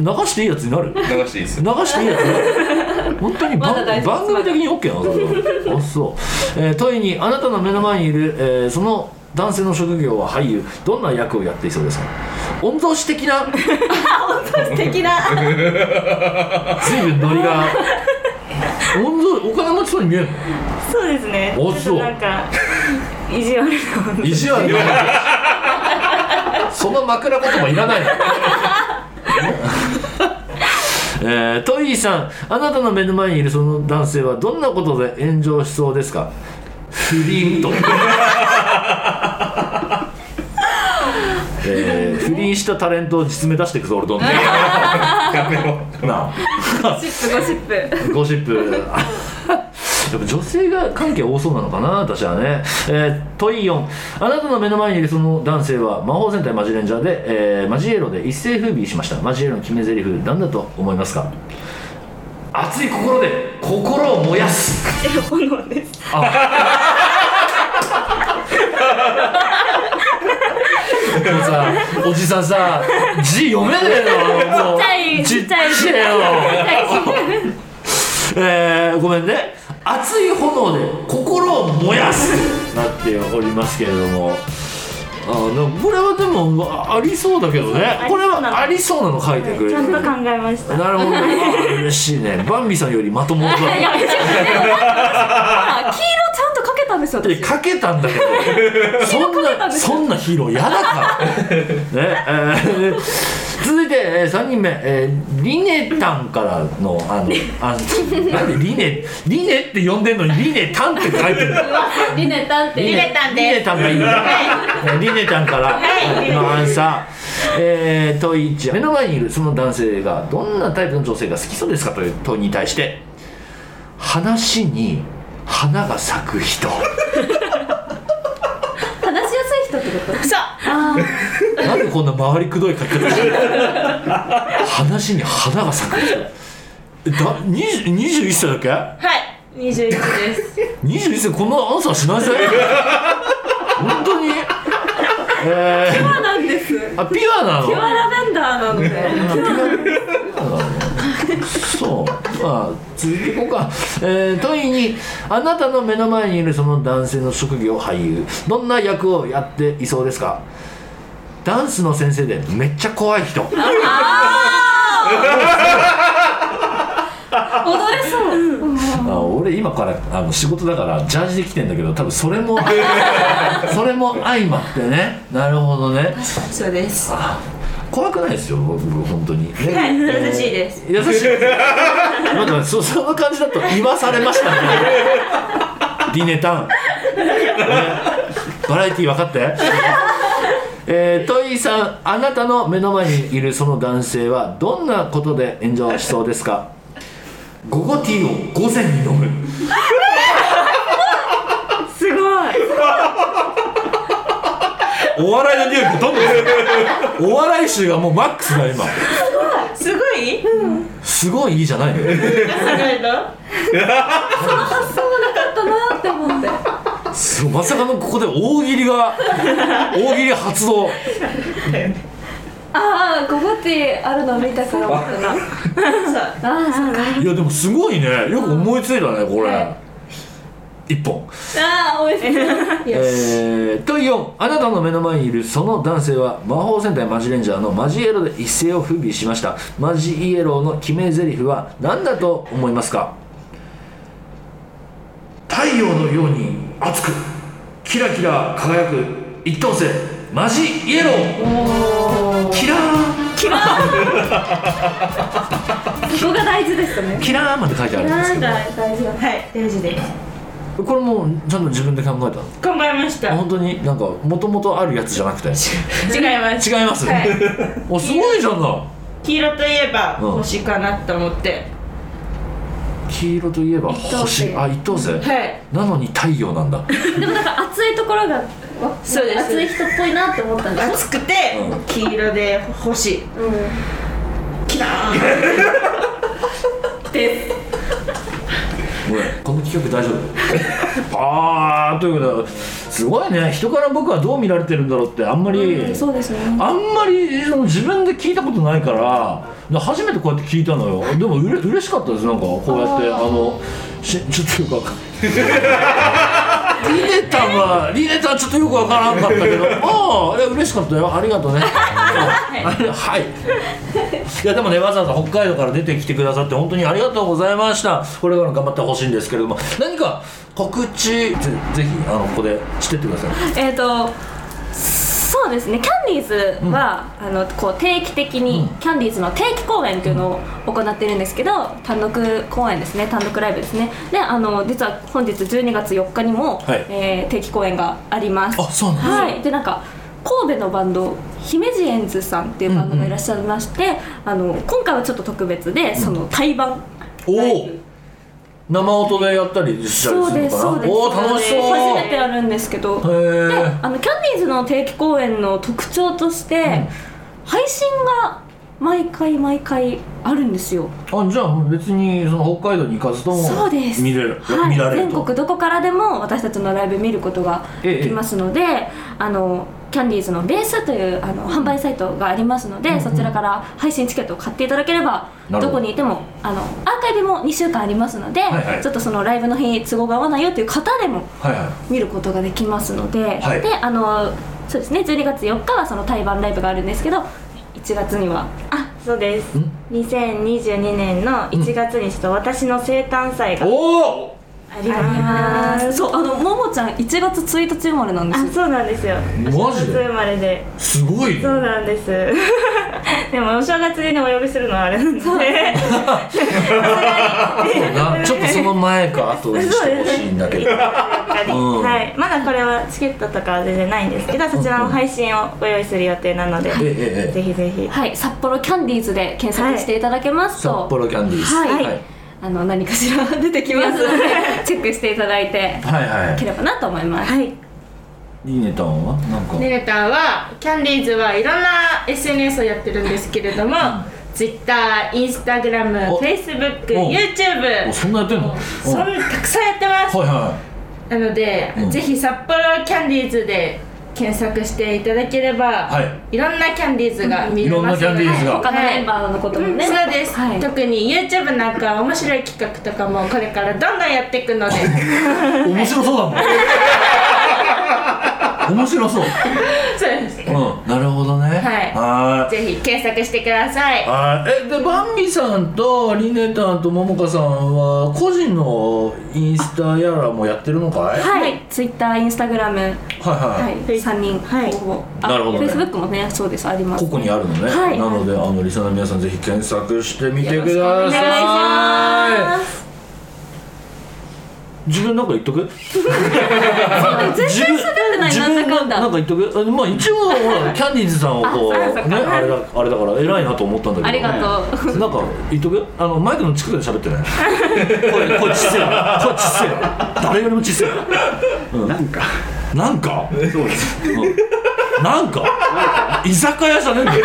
[SPEAKER 2] 流していいやつになる流
[SPEAKER 1] 流していいですよ
[SPEAKER 2] していいやつになる本当に
[SPEAKER 8] まだ
[SPEAKER 2] 番
[SPEAKER 8] 大丈夫
[SPEAKER 2] 番組的に OK なのそれはあそう、えー、問いにあなたの目の前にいる、えーその男性の職業は俳優どんな役をやっていそうですか御曹司的な
[SPEAKER 8] 素敵な
[SPEAKER 2] 随分ノリが御曹司お金持ちそうに見えるの
[SPEAKER 6] そうですね
[SPEAKER 2] おそう
[SPEAKER 6] なんか意地悪な
[SPEAKER 2] 意地悪その枕言葉いらないの えー、トイーさんあなたの目の前にいるその男性はどんなことで炎上しそうですか不倫と、 えー、不倫したタレントを実名出してくぞ俺どんどんなあ
[SPEAKER 8] シップゴシップ
[SPEAKER 2] ゴシッ プやっぱ女性が関係多そうなのかな私はね、えー、問い4あなたの目の前にいるその男性は魔法戦隊マジレンジャーで、えーマジエロで一世風靡しましたマジエロの決め台詞何だと思いますか熱い心で心を燃やす
[SPEAKER 6] え炎です
[SPEAKER 2] でもさおじさんさ字読めねえのもう
[SPEAKER 8] ちっちゃい
[SPEAKER 2] ちっちゃいよえー、ごめんね熱い炎で心を燃やすなっておりますけれどもあーでもこれはでもあありそうだけどねこれはありそうなの書いてくれ
[SPEAKER 6] ち
[SPEAKER 2] る
[SPEAKER 6] ゃんと考えました
[SPEAKER 2] なるほどね嬉しいねバンビさんよりまとも だ
[SPEAKER 7] いやいやでもあ黄色ちゃんとかけたんですよ
[SPEAKER 2] いや
[SPEAKER 7] 私
[SPEAKER 2] かけたんだけ どそんなそんなヒーロー嫌だからね、えー続いて、えー、3人目、えー、リネタンからのあのあのなんでリネリネって呼んでんのにリネタンって書いてる
[SPEAKER 8] リネタンって リネタン
[SPEAKER 2] リネ
[SPEAKER 8] で
[SPEAKER 2] タンがいいねリネタンから
[SPEAKER 8] はい
[SPEAKER 2] のアンサー、えー、問い1目の前にいるその男性がどんなタイプの女性が好きそうですかという問いに対して話に花が咲く人
[SPEAKER 7] 話しやすい人ってこと
[SPEAKER 8] そう
[SPEAKER 7] あー
[SPEAKER 2] なんでこんな回りくどい書き方してるの話に花が咲く人えだ20 21歳だっけ
[SPEAKER 8] はい21です
[SPEAKER 2] 21歳こんなアンサーしないぜ本当にえー、
[SPEAKER 7] そうなんですピ
[SPEAKER 2] あピュアなの
[SPEAKER 7] ュアラベンダーなので
[SPEAKER 2] そうまあ続いていこうか、えー、問いにあなたの目の前にいるその男性の職業俳優どんな役をやっていそうですかダンスの先生でめっちゃ怖い人
[SPEAKER 7] 踊れそう、うん
[SPEAKER 2] あ俺今からあの仕事だからジャージで来てんだけど多分それもそれも相まってねなるほどね
[SPEAKER 8] そうです
[SPEAKER 2] あ怖くないですよ僕本当に、ね
[SPEAKER 8] はい優しいです
[SPEAKER 2] 優しい なんかそその感じだと言わされましたねディネタン、ねバラエティー分かってえー、トイさんあなたの目の前にいるその男性はどんなことで炎上しそうですか午後ティーを午前に飲む
[SPEAKER 8] すごい
[SPEAKER 2] お笑いの匂いがどんどんするお笑い臭がもうマックスだ今
[SPEAKER 8] すごい、うん、
[SPEAKER 2] すごいいいじゃないの
[SPEAKER 8] すごいの
[SPEAKER 7] だったなって思って
[SPEAKER 2] すまさかのここで大喜利が大喜利発動
[SPEAKER 7] ああゴゴティーあるの見たから思ったなああ そうか
[SPEAKER 2] いやでもすごいねよく思いついたねこれ
[SPEAKER 7] は
[SPEAKER 2] 一本
[SPEAKER 7] ああ美味しいよし
[SPEAKER 2] えー、と4あなたの目の前にいるその男性は魔法戦隊マジレンジャーのマジイエローで一世を風靡しましたマジイエローの決め台詞は何だと思いますか太陽のように熱くキラキラ輝く一等星マジイエローキラー
[SPEAKER 7] そこが大事でしたね
[SPEAKER 2] キラーまで書いてあるんです
[SPEAKER 8] なん
[SPEAKER 2] け
[SPEAKER 8] か大事だはい大事です
[SPEAKER 2] どこれもちゃんと自分で考えたの
[SPEAKER 8] 考えました
[SPEAKER 2] あ 本当になんかもともとあるやつじゃなくて
[SPEAKER 8] 違います
[SPEAKER 2] 違います
[SPEAKER 8] はい、
[SPEAKER 2] おすごいじゃんな
[SPEAKER 8] 黄色といえば
[SPEAKER 2] うん
[SPEAKER 8] 星かなと思って、
[SPEAKER 2] 黄色といえば
[SPEAKER 7] 等星
[SPEAKER 2] 星あ一等星
[SPEAKER 8] はい
[SPEAKER 2] なのに太陽なんだ
[SPEAKER 7] でもなんか熱いところがわ
[SPEAKER 8] そうです
[SPEAKER 7] 熱い人っぽいなって思ったんで
[SPEAKER 8] 暑くて、
[SPEAKER 2] うん
[SPEAKER 8] 黄色で星
[SPEAKER 7] すうん
[SPEAKER 8] キラーン
[SPEAKER 7] で
[SPEAKER 2] ごめんこの企画大丈夫ああということですごいね人から僕はどう見られてるんだろうってあんまり、
[SPEAKER 7] そうですね
[SPEAKER 2] あんまりその自分で聞いたことないからで初めてこうやって聞いたのよでもうれ嬉しかったですなんかこうやってあのしちょっとよくわかんないリネタはリネタはちょっとよくわからなかったけどああえ嬉しかったよありがとうねあれはいいやでもねわざわざ北海道から出てきてくださって本当にありがとうございましたこれからも頑張ってほしいんですけれども何か告知ぜぜひあのここでしてってください
[SPEAKER 7] えっ、とそうですねキャンディーズは、あのこう定期的に、キャンディーズの定期公演というのを行ってるんですけど単独公演ですね単独ライブですねであの実は本日12月4日にも、
[SPEAKER 2] はい
[SPEAKER 7] えー定期公演があります
[SPEAKER 2] あそうなんですね
[SPEAKER 7] はい、でなんか神戸のバンド姫路エンズさんっていうバンドがいらっしゃいまして、あの今回はちょっと特別でその対バンライ
[SPEAKER 2] おお
[SPEAKER 7] ブ
[SPEAKER 2] 生音でやったりしたり
[SPEAKER 7] そう
[SPEAKER 2] する
[SPEAKER 7] で
[SPEAKER 2] の
[SPEAKER 7] すそ
[SPEAKER 2] か
[SPEAKER 7] うで
[SPEAKER 2] な
[SPEAKER 7] す
[SPEAKER 2] おお楽しそう
[SPEAKER 7] 初めてやるんですけど
[SPEAKER 2] へー
[SPEAKER 7] であのキャンディーズの定期公演の特徴として、配信が毎回毎回あるんですよ
[SPEAKER 2] あじゃあ別にその北海道に行かずとも
[SPEAKER 7] そうです
[SPEAKER 2] 見れる、
[SPEAKER 7] はい、
[SPEAKER 2] 見られる
[SPEAKER 7] 全
[SPEAKER 2] と
[SPEAKER 7] 国どこからでも私たちのライブ見ることができますので、あのキャンディーズのベースというあの販売サイトがありますので、そちらから配信チケットを買っていただければ
[SPEAKER 2] なる
[SPEAKER 7] ど
[SPEAKER 2] ほど
[SPEAKER 7] こにいてもあのアーカイブも2週間ありますので、
[SPEAKER 2] はいはい
[SPEAKER 7] ちょっとそのライブの日都合が合わないよという方でも
[SPEAKER 2] はいはい
[SPEAKER 7] 見ることができますので、
[SPEAKER 2] はい
[SPEAKER 7] であのそうですね12月4日はその対バンライブがあるんですけど1月には
[SPEAKER 6] あそうです2022年の1月にちょっと私の生誕祭が
[SPEAKER 2] おお
[SPEAKER 6] あります
[SPEAKER 7] そうあのももちゃん1月1日生まれなんです
[SPEAKER 6] あ
[SPEAKER 7] よ
[SPEAKER 6] そうなんですよ
[SPEAKER 2] マジ
[SPEAKER 6] 夏
[SPEAKER 2] で
[SPEAKER 6] 生まれです
[SPEAKER 2] ごいね
[SPEAKER 6] そうなんです でもお正月にお呼びするのはあれなんでそう
[SPEAKER 2] そうなちょっとその前か後にしてほしいんだけどうん
[SPEAKER 6] はい、まだこれはチケットとかは全然ないんですけどそちらの配信をご用意する予定なので、
[SPEAKER 2] えええ
[SPEAKER 6] ぜ
[SPEAKER 2] え
[SPEAKER 6] ひぜひ
[SPEAKER 7] はい札幌キャンディーズで検索していただけます
[SPEAKER 2] 札
[SPEAKER 7] と、
[SPEAKER 2] 幌キャンディーズ
[SPEAKER 7] はい
[SPEAKER 2] はい
[SPEAKER 7] あの何かしら出てきますのでチェックしていただいて
[SPEAKER 2] はい
[SPEAKER 7] い
[SPEAKER 2] は
[SPEAKER 7] ければなと思います、
[SPEAKER 6] はい
[SPEAKER 2] いいいねたんはなんか
[SPEAKER 8] ネネタンはキャンディーズはいろんな SNS をやってるんですけれども Twitter、Instagram、
[SPEAKER 2] お
[SPEAKER 8] Facebook、
[SPEAKER 2] お
[SPEAKER 8] YouTube
[SPEAKER 2] おそんなやってんの
[SPEAKER 8] そん
[SPEAKER 2] うんはい
[SPEAKER 8] たくさんやってます
[SPEAKER 2] は
[SPEAKER 8] なので、
[SPEAKER 2] うん
[SPEAKER 8] ぜひ札幌キャンディーズで検索していただければ、、
[SPEAKER 2] はい
[SPEAKER 8] ろんなキャンディーズが見れますので
[SPEAKER 2] いろんなキャンディーズが
[SPEAKER 7] 他のメンバーのこともね、
[SPEAKER 8] そうです、
[SPEAKER 7] はい、
[SPEAKER 8] 特に YouTube なんか面白い企画とかもこれからどんどんやっていく ので
[SPEAKER 2] い面白そうだもん面白そう
[SPEAKER 8] そうです
[SPEAKER 2] うん、なるほどね。
[SPEAKER 8] はい
[SPEAKER 2] は
[SPEAKER 11] はい
[SPEAKER 7] ぜひ検索してください
[SPEAKER 11] あーえでバンビさんとリネタンとモモカさんは個人のインスタやらもやってるのかいはい
[SPEAKER 6] はい、ツイッター、インスタグラム、は
[SPEAKER 11] は
[SPEAKER 6] い、
[SPEAKER 11] いはい
[SPEAKER 6] 3人、はい、
[SPEAKER 11] なるほど
[SPEAKER 6] フ
[SPEAKER 11] ね
[SPEAKER 6] ェイスブックもね、そうです、あります。
[SPEAKER 11] ここにあるのね、
[SPEAKER 6] はい
[SPEAKER 11] なのであのリスナーの皆さんぜひ検索してみてく
[SPEAKER 7] お
[SPEAKER 11] だ
[SPEAKER 7] 願いし
[SPEAKER 11] さい
[SPEAKER 7] ます
[SPEAKER 11] 自分なんか言っとく
[SPEAKER 6] 全然喋ってない、なんだかん
[SPEAKER 11] なん
[SPEAKER 6] だ。
[SPEAKER 11] か言っとくあまあ一応ほらキャンディーズさんをこう
[SPEAKER 6] あそうかそう
[SPEAKER 11] ね
[SPEAKER 6] か
[SPEAKER 11] あれだあれだから偉いなと思ったんだけど
[SPEAKER 6] ありがとう。
[SPEAKER 11] なんか言っとくあのマイクの近くで喋ってない 声声ちっせえな声ちっせえな誰よりもちっせえ
[SPEAKER 12] なんか
[SPEAKER 11] ななんか
[SPEAKER 12] そうです
[SPEAKER 11] うんなんか居酒屋じゃねえんだよ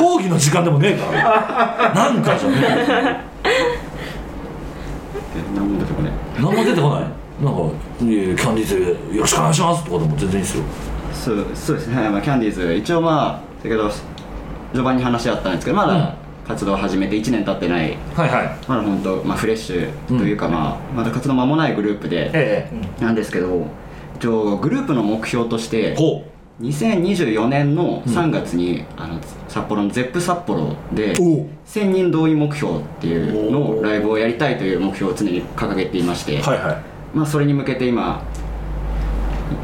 [SPEAKER 11] 講義の時間でもねえからなんかじゃね
[SPEAKER 12] えなんだとこね
[SPEAKER 11] え何も出てこないなんか「いえいえキャンディーズよろしくお願いします」とかでも全然いいですよ
[SPEAKER 12] そうそうですね、 はいまあ、キャンディーズ一応まあだけど序盤に話し合ったんですけどまだ活動を始めて1年経ってない
[SPEAKER 11] はいはい
[SPEAKER 12] まだ本当まあフレッシュというか、まあまだ活動間もないグループで
[SPEAKER 11] ええ
[SPEAKER 12] なんですけど一応グループの目標として
[SPEAKER 11] ほ
[SPEAKER 12] 2024年の3月に、あの札幌のゼップ札幌で
[SPEAKER 11] うお
[SPEAKER 12] 1000人動員目標っていうのをライブをやりたいという目標を常に掲げていまして、
[SPEAKER 11] はいはい
[SPEAKER 12] まあ、それに向けて今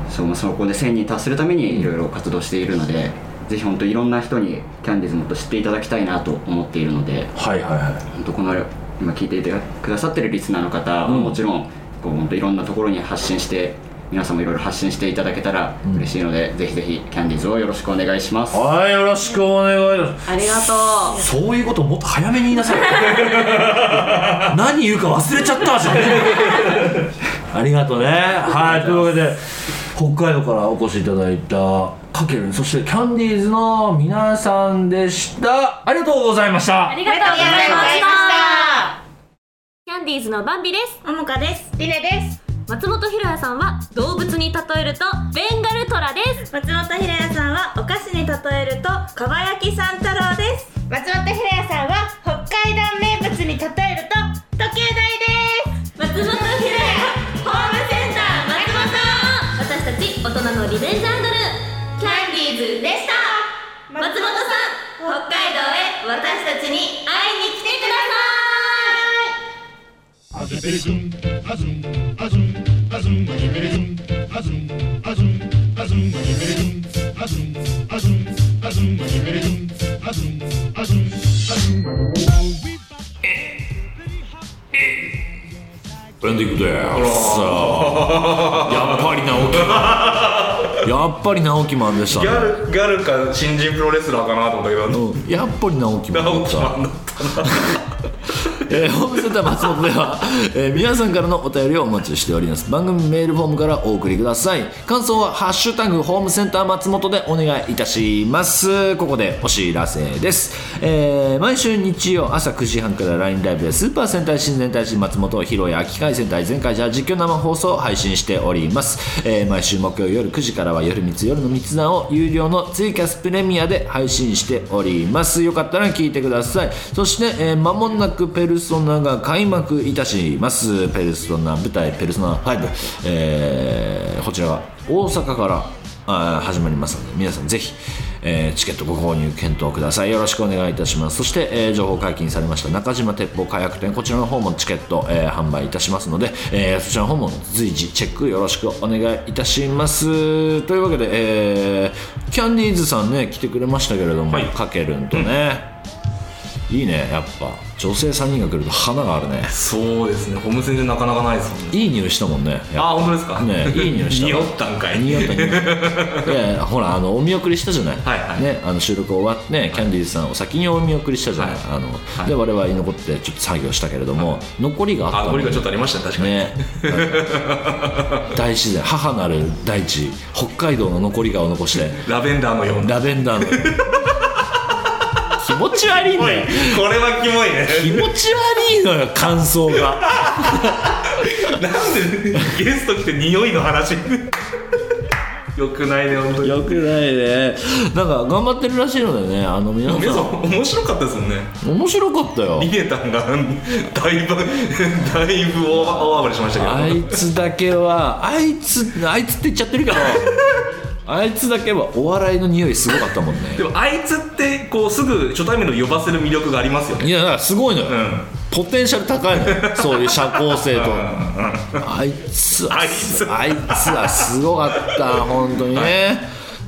[SPEAKER 12] そのそこで1000人達するためにいろいろ活動しているので、ぜひ本当いろんな人にキャンディーズもっと知っていただきたいなと思っているので
[SPEAKER 11] はいはいはい
[SPEAKER 12] 本当この今聞いていてくださってるリスナーの方
[SPEAKER 11] う
[SPEAKER 12] も
[SPEAKER 11] ん
[SPEAKER 12] もちろんこう本当いろんなところに発信して皆さんもいろいろ発信していただけたら嬉しいので、ぜひぜひキャンディーズをよろしくお願いします。
[SPEAKER 11] はい、よろしくお願いします。
[SPEAKER 6] ありがとう。
[SPEAKER 11] そういうこともっと早めに言いなさい。 何言うか忘れちゃったじゃん。ありがとうね。はい、というわけで、北海道からお越しいただいたかける、そしてキャンディーズの皆さんでした。ありがとうございました
[SPEAKER 6] あ。りがとうござい
[SPEAKER 7] ありがと
[SPEAKER 6] ま
[SPEAKER 7] うござい
[SPEAKER 6] し
[SPEAKER 7] ま
[SPEAKER 6] た。
[SPEAKER 7] した
[SPEAKER 6] キャンディーズのバンビです。
[SPEAKER 7] ももかです。りねです。
[SPEAKER 6] 松本ひろやさんは動物に例えるとベンガルトラです。
[SPEAKER 13] 松本ひろやさんはお菓子に例えるとかば焼き三太郎です
[SPEAKER 7] 松本ひろやさんは北海道名物に例えると時計台です。
[SPEAKER 6] 松本ひろやホームセンター松本。私たち大人のリベンジアンドルキャンディーズでした。松本さん北海道へ私たちに会いに来てください。
[SPEAKER 2] エンディングですさあやっぱり直木マンやっぱり直木マンでした
[SPEAKER 1] ギ
[SPEAKER 2] ね、
[SPEAKER 1] ャルギャルか新人プロレスラーかなと思ったけど、
[SPEAKER 2] うん、やっぱり直木マンだ
[SPEAKER 1] 直
[SPEAKER 2] っ
[SPEAKER 1] 木
[SPEAKER 2] た
[SPEAKER 1] マンだ
[SPEAKER 2] えー、ホームセンター松本では、えー皆さんからのお便りをお待ちしております番組メールフォームからお送りください感想は「ハッシュタグホームセンター松本」でお願いいたしますここでお知らせです、えー毎週日曜朝9時半から LINE ライブでスーパー戦隊新戦隊新松本広谷機械戦隊全開じゃ実況生放送を配信しております、えー毎週木曜夜9時からは夜三つ夜の三つ談を有料のツイキャスプレミアで配信しておりますよかったら聞いてくださいそして、えー間もなくペルソナが開幕いたしますペルソナ舞台ペルソナ5、えーこちらは大阪からあー始まりますので皆さんぜひ、えーチケットご購入検討くださいよろしくお願いいたしますそして、えー情報解禁されました中島鉄砲火薬店こちらの方もチケット、えー販売いたしますので、えーそちらの方も随時チェックよろしくお願いいたしますというわけで、えーキャンディーズさんね来てくれましたけれども、
[SPEAKER 1] はい
[SPEAKER 2] かけるんとね、いいねやっぱ女性3人が来ると花があるね
[SPEAKER 1] そうですねホームセンターなかなかないですもんね
[SPEAKER 2] いい匂いしたもんねやっぱ
[SPEAKER 1] あ本当ですか
[SPEAKER 2] ねいい匂いした
[SPEAKER 1] 匂ったんかい
[SPEAKER 2] 匂った匂った いやいやほらあのお見送りしたじゃない、
[SPEAKER 1] はいはい
[SPEAKER 2] ね、あの収録終わって、ね、キャンディーズさんを先にお見送りしたじゃない、
[SPEAKER 1] はい
[SPEAKER 2] あので我々残ってちょっと作業したけれども、残りがあった
[SPEAKER 1] あ
[SPEAKER 2] の
[SPEAKER 1] ゴリがちょっとありましたね確かに、
[SPEAKER 2] ね、 なんか大自然母なる大地北海道の残りがを 残して
[SPEAKER 1] ラベンダーのような
[SPEAKER 2] ラベンダーの 気持ち悪いんだよ
[SPEAKER 1] これはキモいね
[SPEAKER 2] 気持ち悪いのよ感想が
[SPEAKER 1] なんでゲスト来て匂いの話よくないね本当に
[SPEAKER 2] よくないねなんか頑張ってるらしいのでねあの皆
[SPEAKER 1] 皆さ
[SPEAKER 2] さ
[SPEAKER 1] ん面白かったですもんね
[SPEAKER 2] ん面白かったよ
[SPEAKER 1] リネタンがだいぶだいぶ大大暴れしましたけど
[SPEAKER 2] あいつだけはあいつあいつって言っちゃってるけどあいつだけはお笑いの匂いすごかったもんね
[SPEAKER 1] でもあいつってこうすぐ初対面の呼ばせる魅力がありますよね
[SPEAKER 2] いやだからすごいのよ、
[SPEAKER 1] うん
[SPEAKER 2] ポテンシャル高い のよそういう社交性とあいつは
[SPEAKER 1] あいつ
[SPEAKER 2] あいつはすごかった本当にね、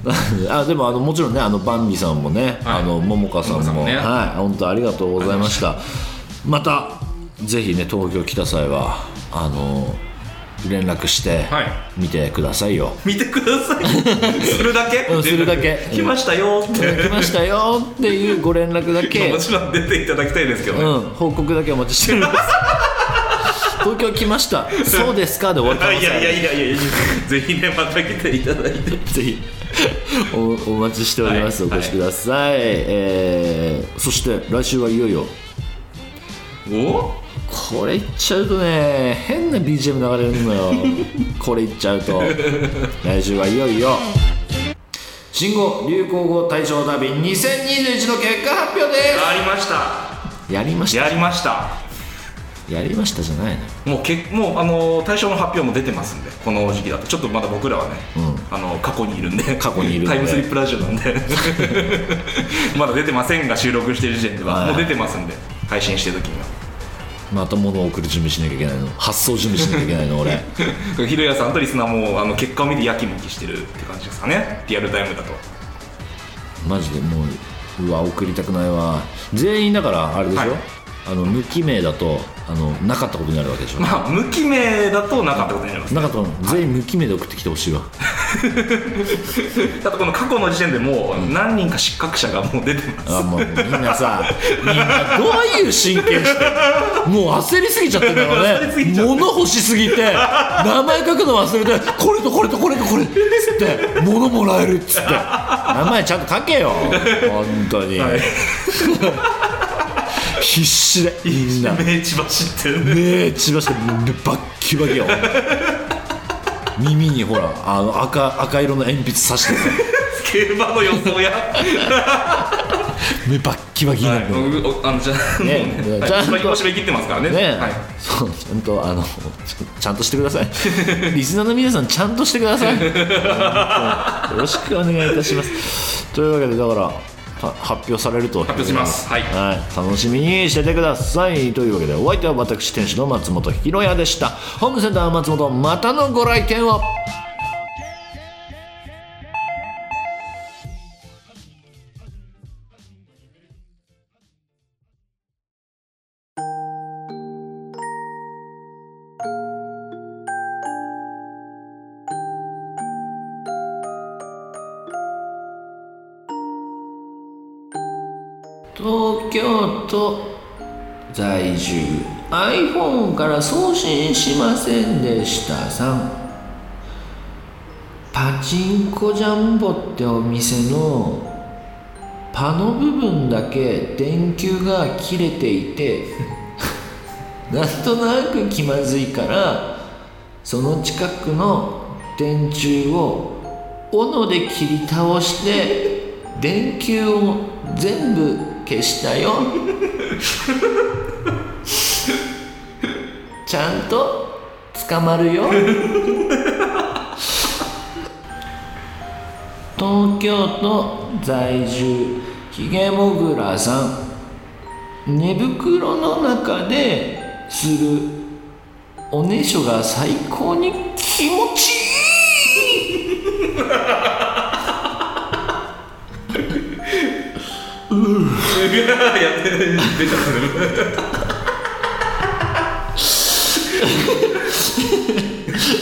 [SPEAKER 2] なんで あでもあのもちろんねあのバンビさんもね、あの桃花さんも
[SPEAKER 1] 桃花さんもね
[SPEAKER 2] はい本当ありがとうございましたまたぜひね東京来た際はあの連絡して
[SPEAKER 1] はい
[SPEAKER 2] 見てくださいよ、
[SPEAKER 1] 見てくだ さいするだけ
[SPEAKER 2] うんするだけ
[SPEAKER 1] 来ましたよーって
[SPEAKER 2] 来ましたよっていうご連絡だ け
[SPEAKER 1] もちろん出ていただきたいですけどね、
[SPEAKER 2] うん、報告だけお待ちしてお ります東京来ましたそうですかで終わった
[SPEAKER 1] いやいやいやいやいやぜひねまた来ていただいて
[SPEAKER 2] ぜひおお待ちしております、
[SPEAKER 1] はい
[SPEAKER 2] お越しください、えーそして来週はいよいよ
[SPEAKER 1] お
[SPEAKER 2] これ言っちゃうとね変な BGM 流れるのよ これ言っちゃうと来週はいよいよ新語・流行語大賞ダービー2021の結果発表で
[SPEAKER 1] ありました
[SPEAKER 2] すやりました
[SPEAKER 1] やりました
[SPEAKER 2] やりましたじゃないの
[SPEAKER 1] もうけもうあのー対象の発表も出てますんでこの時期だとちょっとまだ僕らはね、あの過去にいるんで
[SPEAKER 2] 過去にいるんで
[SPEAKER 1] タイムスリップラジオなん でまだ出てませんが収録してる時点では、
[SPEAKER 2] はい
[SPEAKER 1] もう出てますんで配信してる時には
[SPEAKER 2] また物を送る準備しなきゃいけないの発送準備しなきゃいけないの俺
[SPEAKER 1] ひろやさんとリスナーもあの結果を見てやきもきしてるって感じですかねリアルタイムだと
[SPEAKER 2] マジでもううわ送りたくないわ全員だからあれでしょ、
[SPEAKER 1] はい
[SPEAKER 2] あの無記名だとあのなかったことになるわけでしょ、
[SPEAKER 1] まあ無記名だとなかったことになります
[SPEAKER 2] なかったの全員無記名で送ってきてほしいわ
[SPEAKER 1] あとこの過去の時点でもう何人か失格者がもう出てます
[SPEAKER 2] あもうみんなさみんなどういう神経してもう焦りすぎちゃってんだろ
[SPEAKER 1] 焦り
[SPEAKER 2] う
[SPEAKER 1] すぎ
[SPEAKER 2] ね
[SPEAKER 1] ちゃって
[SPEAKER 2] 物欲しすぎて名前書くの忘れてこれとこれとこれとこれっつって物もらえるっつって名前ちゃんと書 けよ本当に、
[SPEAKER 1] い
[SPEAKER 2] 必死でみんな
[SPEAKER 1] 名千葉知ってるね
[SPEAKER 2] ねえ千葉市でもうバッキバキよ耳にほらあの赤赤色の鉛筆刺してさ
[SPEAKER 1] 競馬の予想や
[SPEAKER 2] 目バッキバキになってる、
[SPEAKER 1] おおあのじゃあ、
[SPEAKER 2] ね
[SPEAKER 1] もうね、
[SPEAKER 2] ね
[SPEAKER 1] はい、
[SPEAKER 2] ちゃんと
[SPEAKER 1] 今今締め切ってますからね
[SPEAKER 2] ねえ、
[SPEAKER 1] はい
[SPEAKER 2] そうちゃんとあのちゃちゃんとしてくださいリスナーの皆さんちゃんとしてください本当によろしくお願いいたしますというわけでだからた発表されると発
[SPEAKER 1] 表しますはい
[SPEAKER 2] 楽しみにしててくださいというわけでお相手は私店主の松本ひろやでしたホームセンター松本またのご来店を東京都在住 iPhone から送信しませんでしたさんパチンコジャンボってお店のパの部分だけ電球が切れていて なんとなく気まずいからその近くの電柱を斧で切り倒して電球を全部消したよちゃんと捕まるよ 東京都在住ひげもぐらさん寝袋の中でするおねしょが最高に気持ち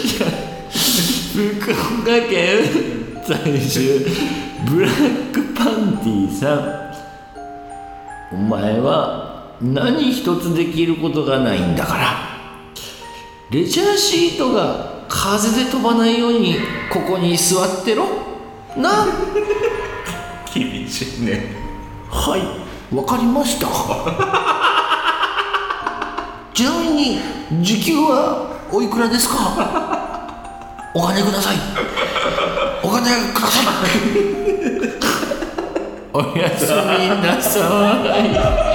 [SPEAKER 2] いい福岡県在住ブラックパンティさんお前は何一つできることがないんだからレジャーシートが風で飛ばないようにここに座ってろな
[SPEAKER 1] 厳しいね
[SPEAKER 2] はいわかり ましたちなみに時給はおいくらですかお金くださいお金くださいおやすみなさい